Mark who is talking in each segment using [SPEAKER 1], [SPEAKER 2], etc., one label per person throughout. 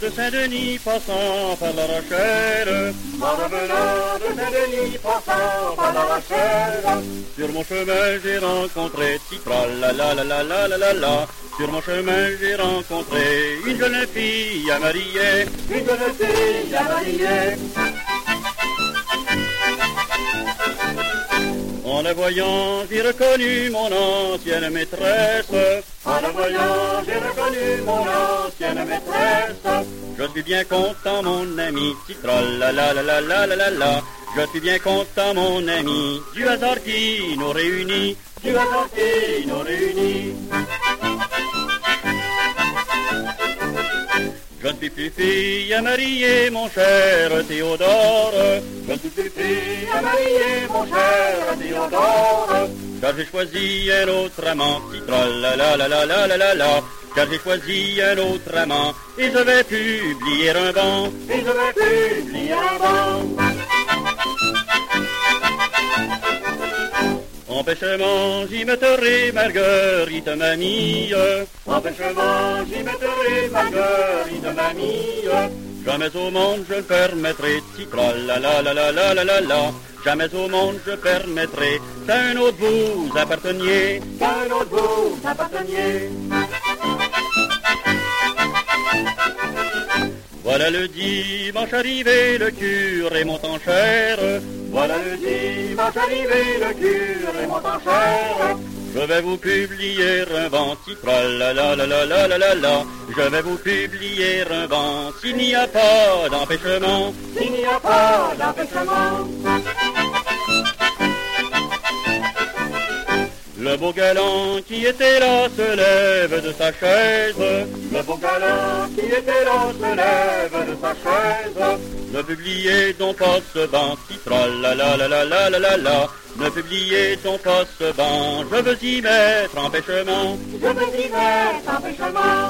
[SPEAKER 1] de Saint-Denis, passant par la Rochelle.
[SPEAKER 2] En revenant de Saint-Denis, passant par la Rochelle,
[SPEAKER 1] Sur mon chemin, j'ai rencontré Tipra, la la la la la la la la. Sur mon chemin, j'ai rencontré une jeune fille à marier.
[SPEAKER 2] une jeune fille à marier,
[SPEAKER 1] En la voyant, j'ai reconnu mon ancienne maîtresse.
[SPEAKER 2] en la voyant, j'ai reconnu mon ancienne maîtresse.
[SPEAKER 1] Je suis bien content, mon ami, Citra, la la la la la la la la. Je suis bien content, mon ami, du hasard qui nous réunit.
[SPEAKER 2] Du hasard qui nous réunit,
[SPEAKER 1] Je ne suis plus fille à marier, mon cher Théodore.
[SPEAKER 2] je ne suis plus fille à marier, mon cher Théodore.
[SPEAKER 1] Car j'ai choisi un autre amant, Citra, la la la la la la la la. Car j'ai choisi un autre amant, et je vais publier un banc.
[SPEAKER 2] Et je vais publier un banc,
[SPEAKER 1] Empêchement, j'y mettrai Marguerite, mamie.
[SPEAKER 2] empêchement, j'y mettrai Marguerite, mamie.
[SPEAKER 1] Jamais au monde je permettrai Citra, la la la la la la la la. Jamais au monde je permettrai qu'à un autre vous apparteniez.
[SPEAKER 2] qu'un autre vous apparteniez.
[SPEAKER 1] Voilà le dimanche arrivé, le curé monte en chair.
[SPEAKER 2] Voilà le dimanche arrivé, le curé monte en chair.
[SPEAKER 1] Je vais vous publier un vent, Citra, la la la la la la la la. Je vais vous publier un vent s'il n'y a pas d'empêchement.
[SPEAKER 2] Il n'y a pas d'empêchement,
[SPEAKER 1] Le beau galant qui était là se lève de sa chaise.
[SPEAKER 2] le beau galant qui était là se lève de sa chaise.
[SPEAKER 1] Ne publiez donc pas ce banc, citra la la la la la la la la. Ne publiez donc pas ce banc, je veux y mettre empêchement.
[SPEAKER 2] Je me disais empêchement,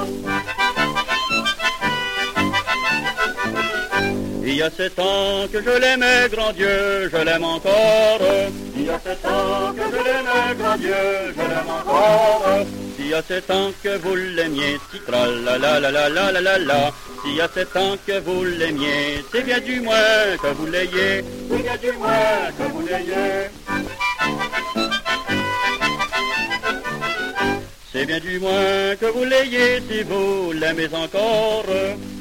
[SPEAKER 1] Il y a sept ans que je l'aimais, grand Dieu, je l'aime encore.
[SPEAKER 2] il y a sept ans que je l'aimais, grand Dieu, je l'aime encore.
[SPEAKER 1] S'il y a sept ans que vous l'aimiez, citra la la la la la la la la. S'il y a sept ans que vous l'aimiez, c'est bien du moins que vous l'ayez.
[SPEAKER 2] Il y a du moins que vous l'ayez,
[SPEAKER 1] C'est bien du moins que vous l'ayez si vous l'aimez encore.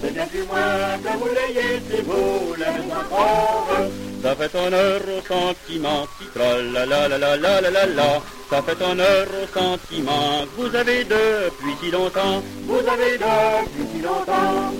[SPEAKER 2] c'est bien du moins que vous l'ayez si vous l'aimez encore.
[SPEAKER 1] Ça fait honneur au sentiment, citra la la la la la la la la. Ça fait honneur au sentiment que vous avez depuis si longtemps.
[SPEAKER 2] Vous avez depuis si longtemps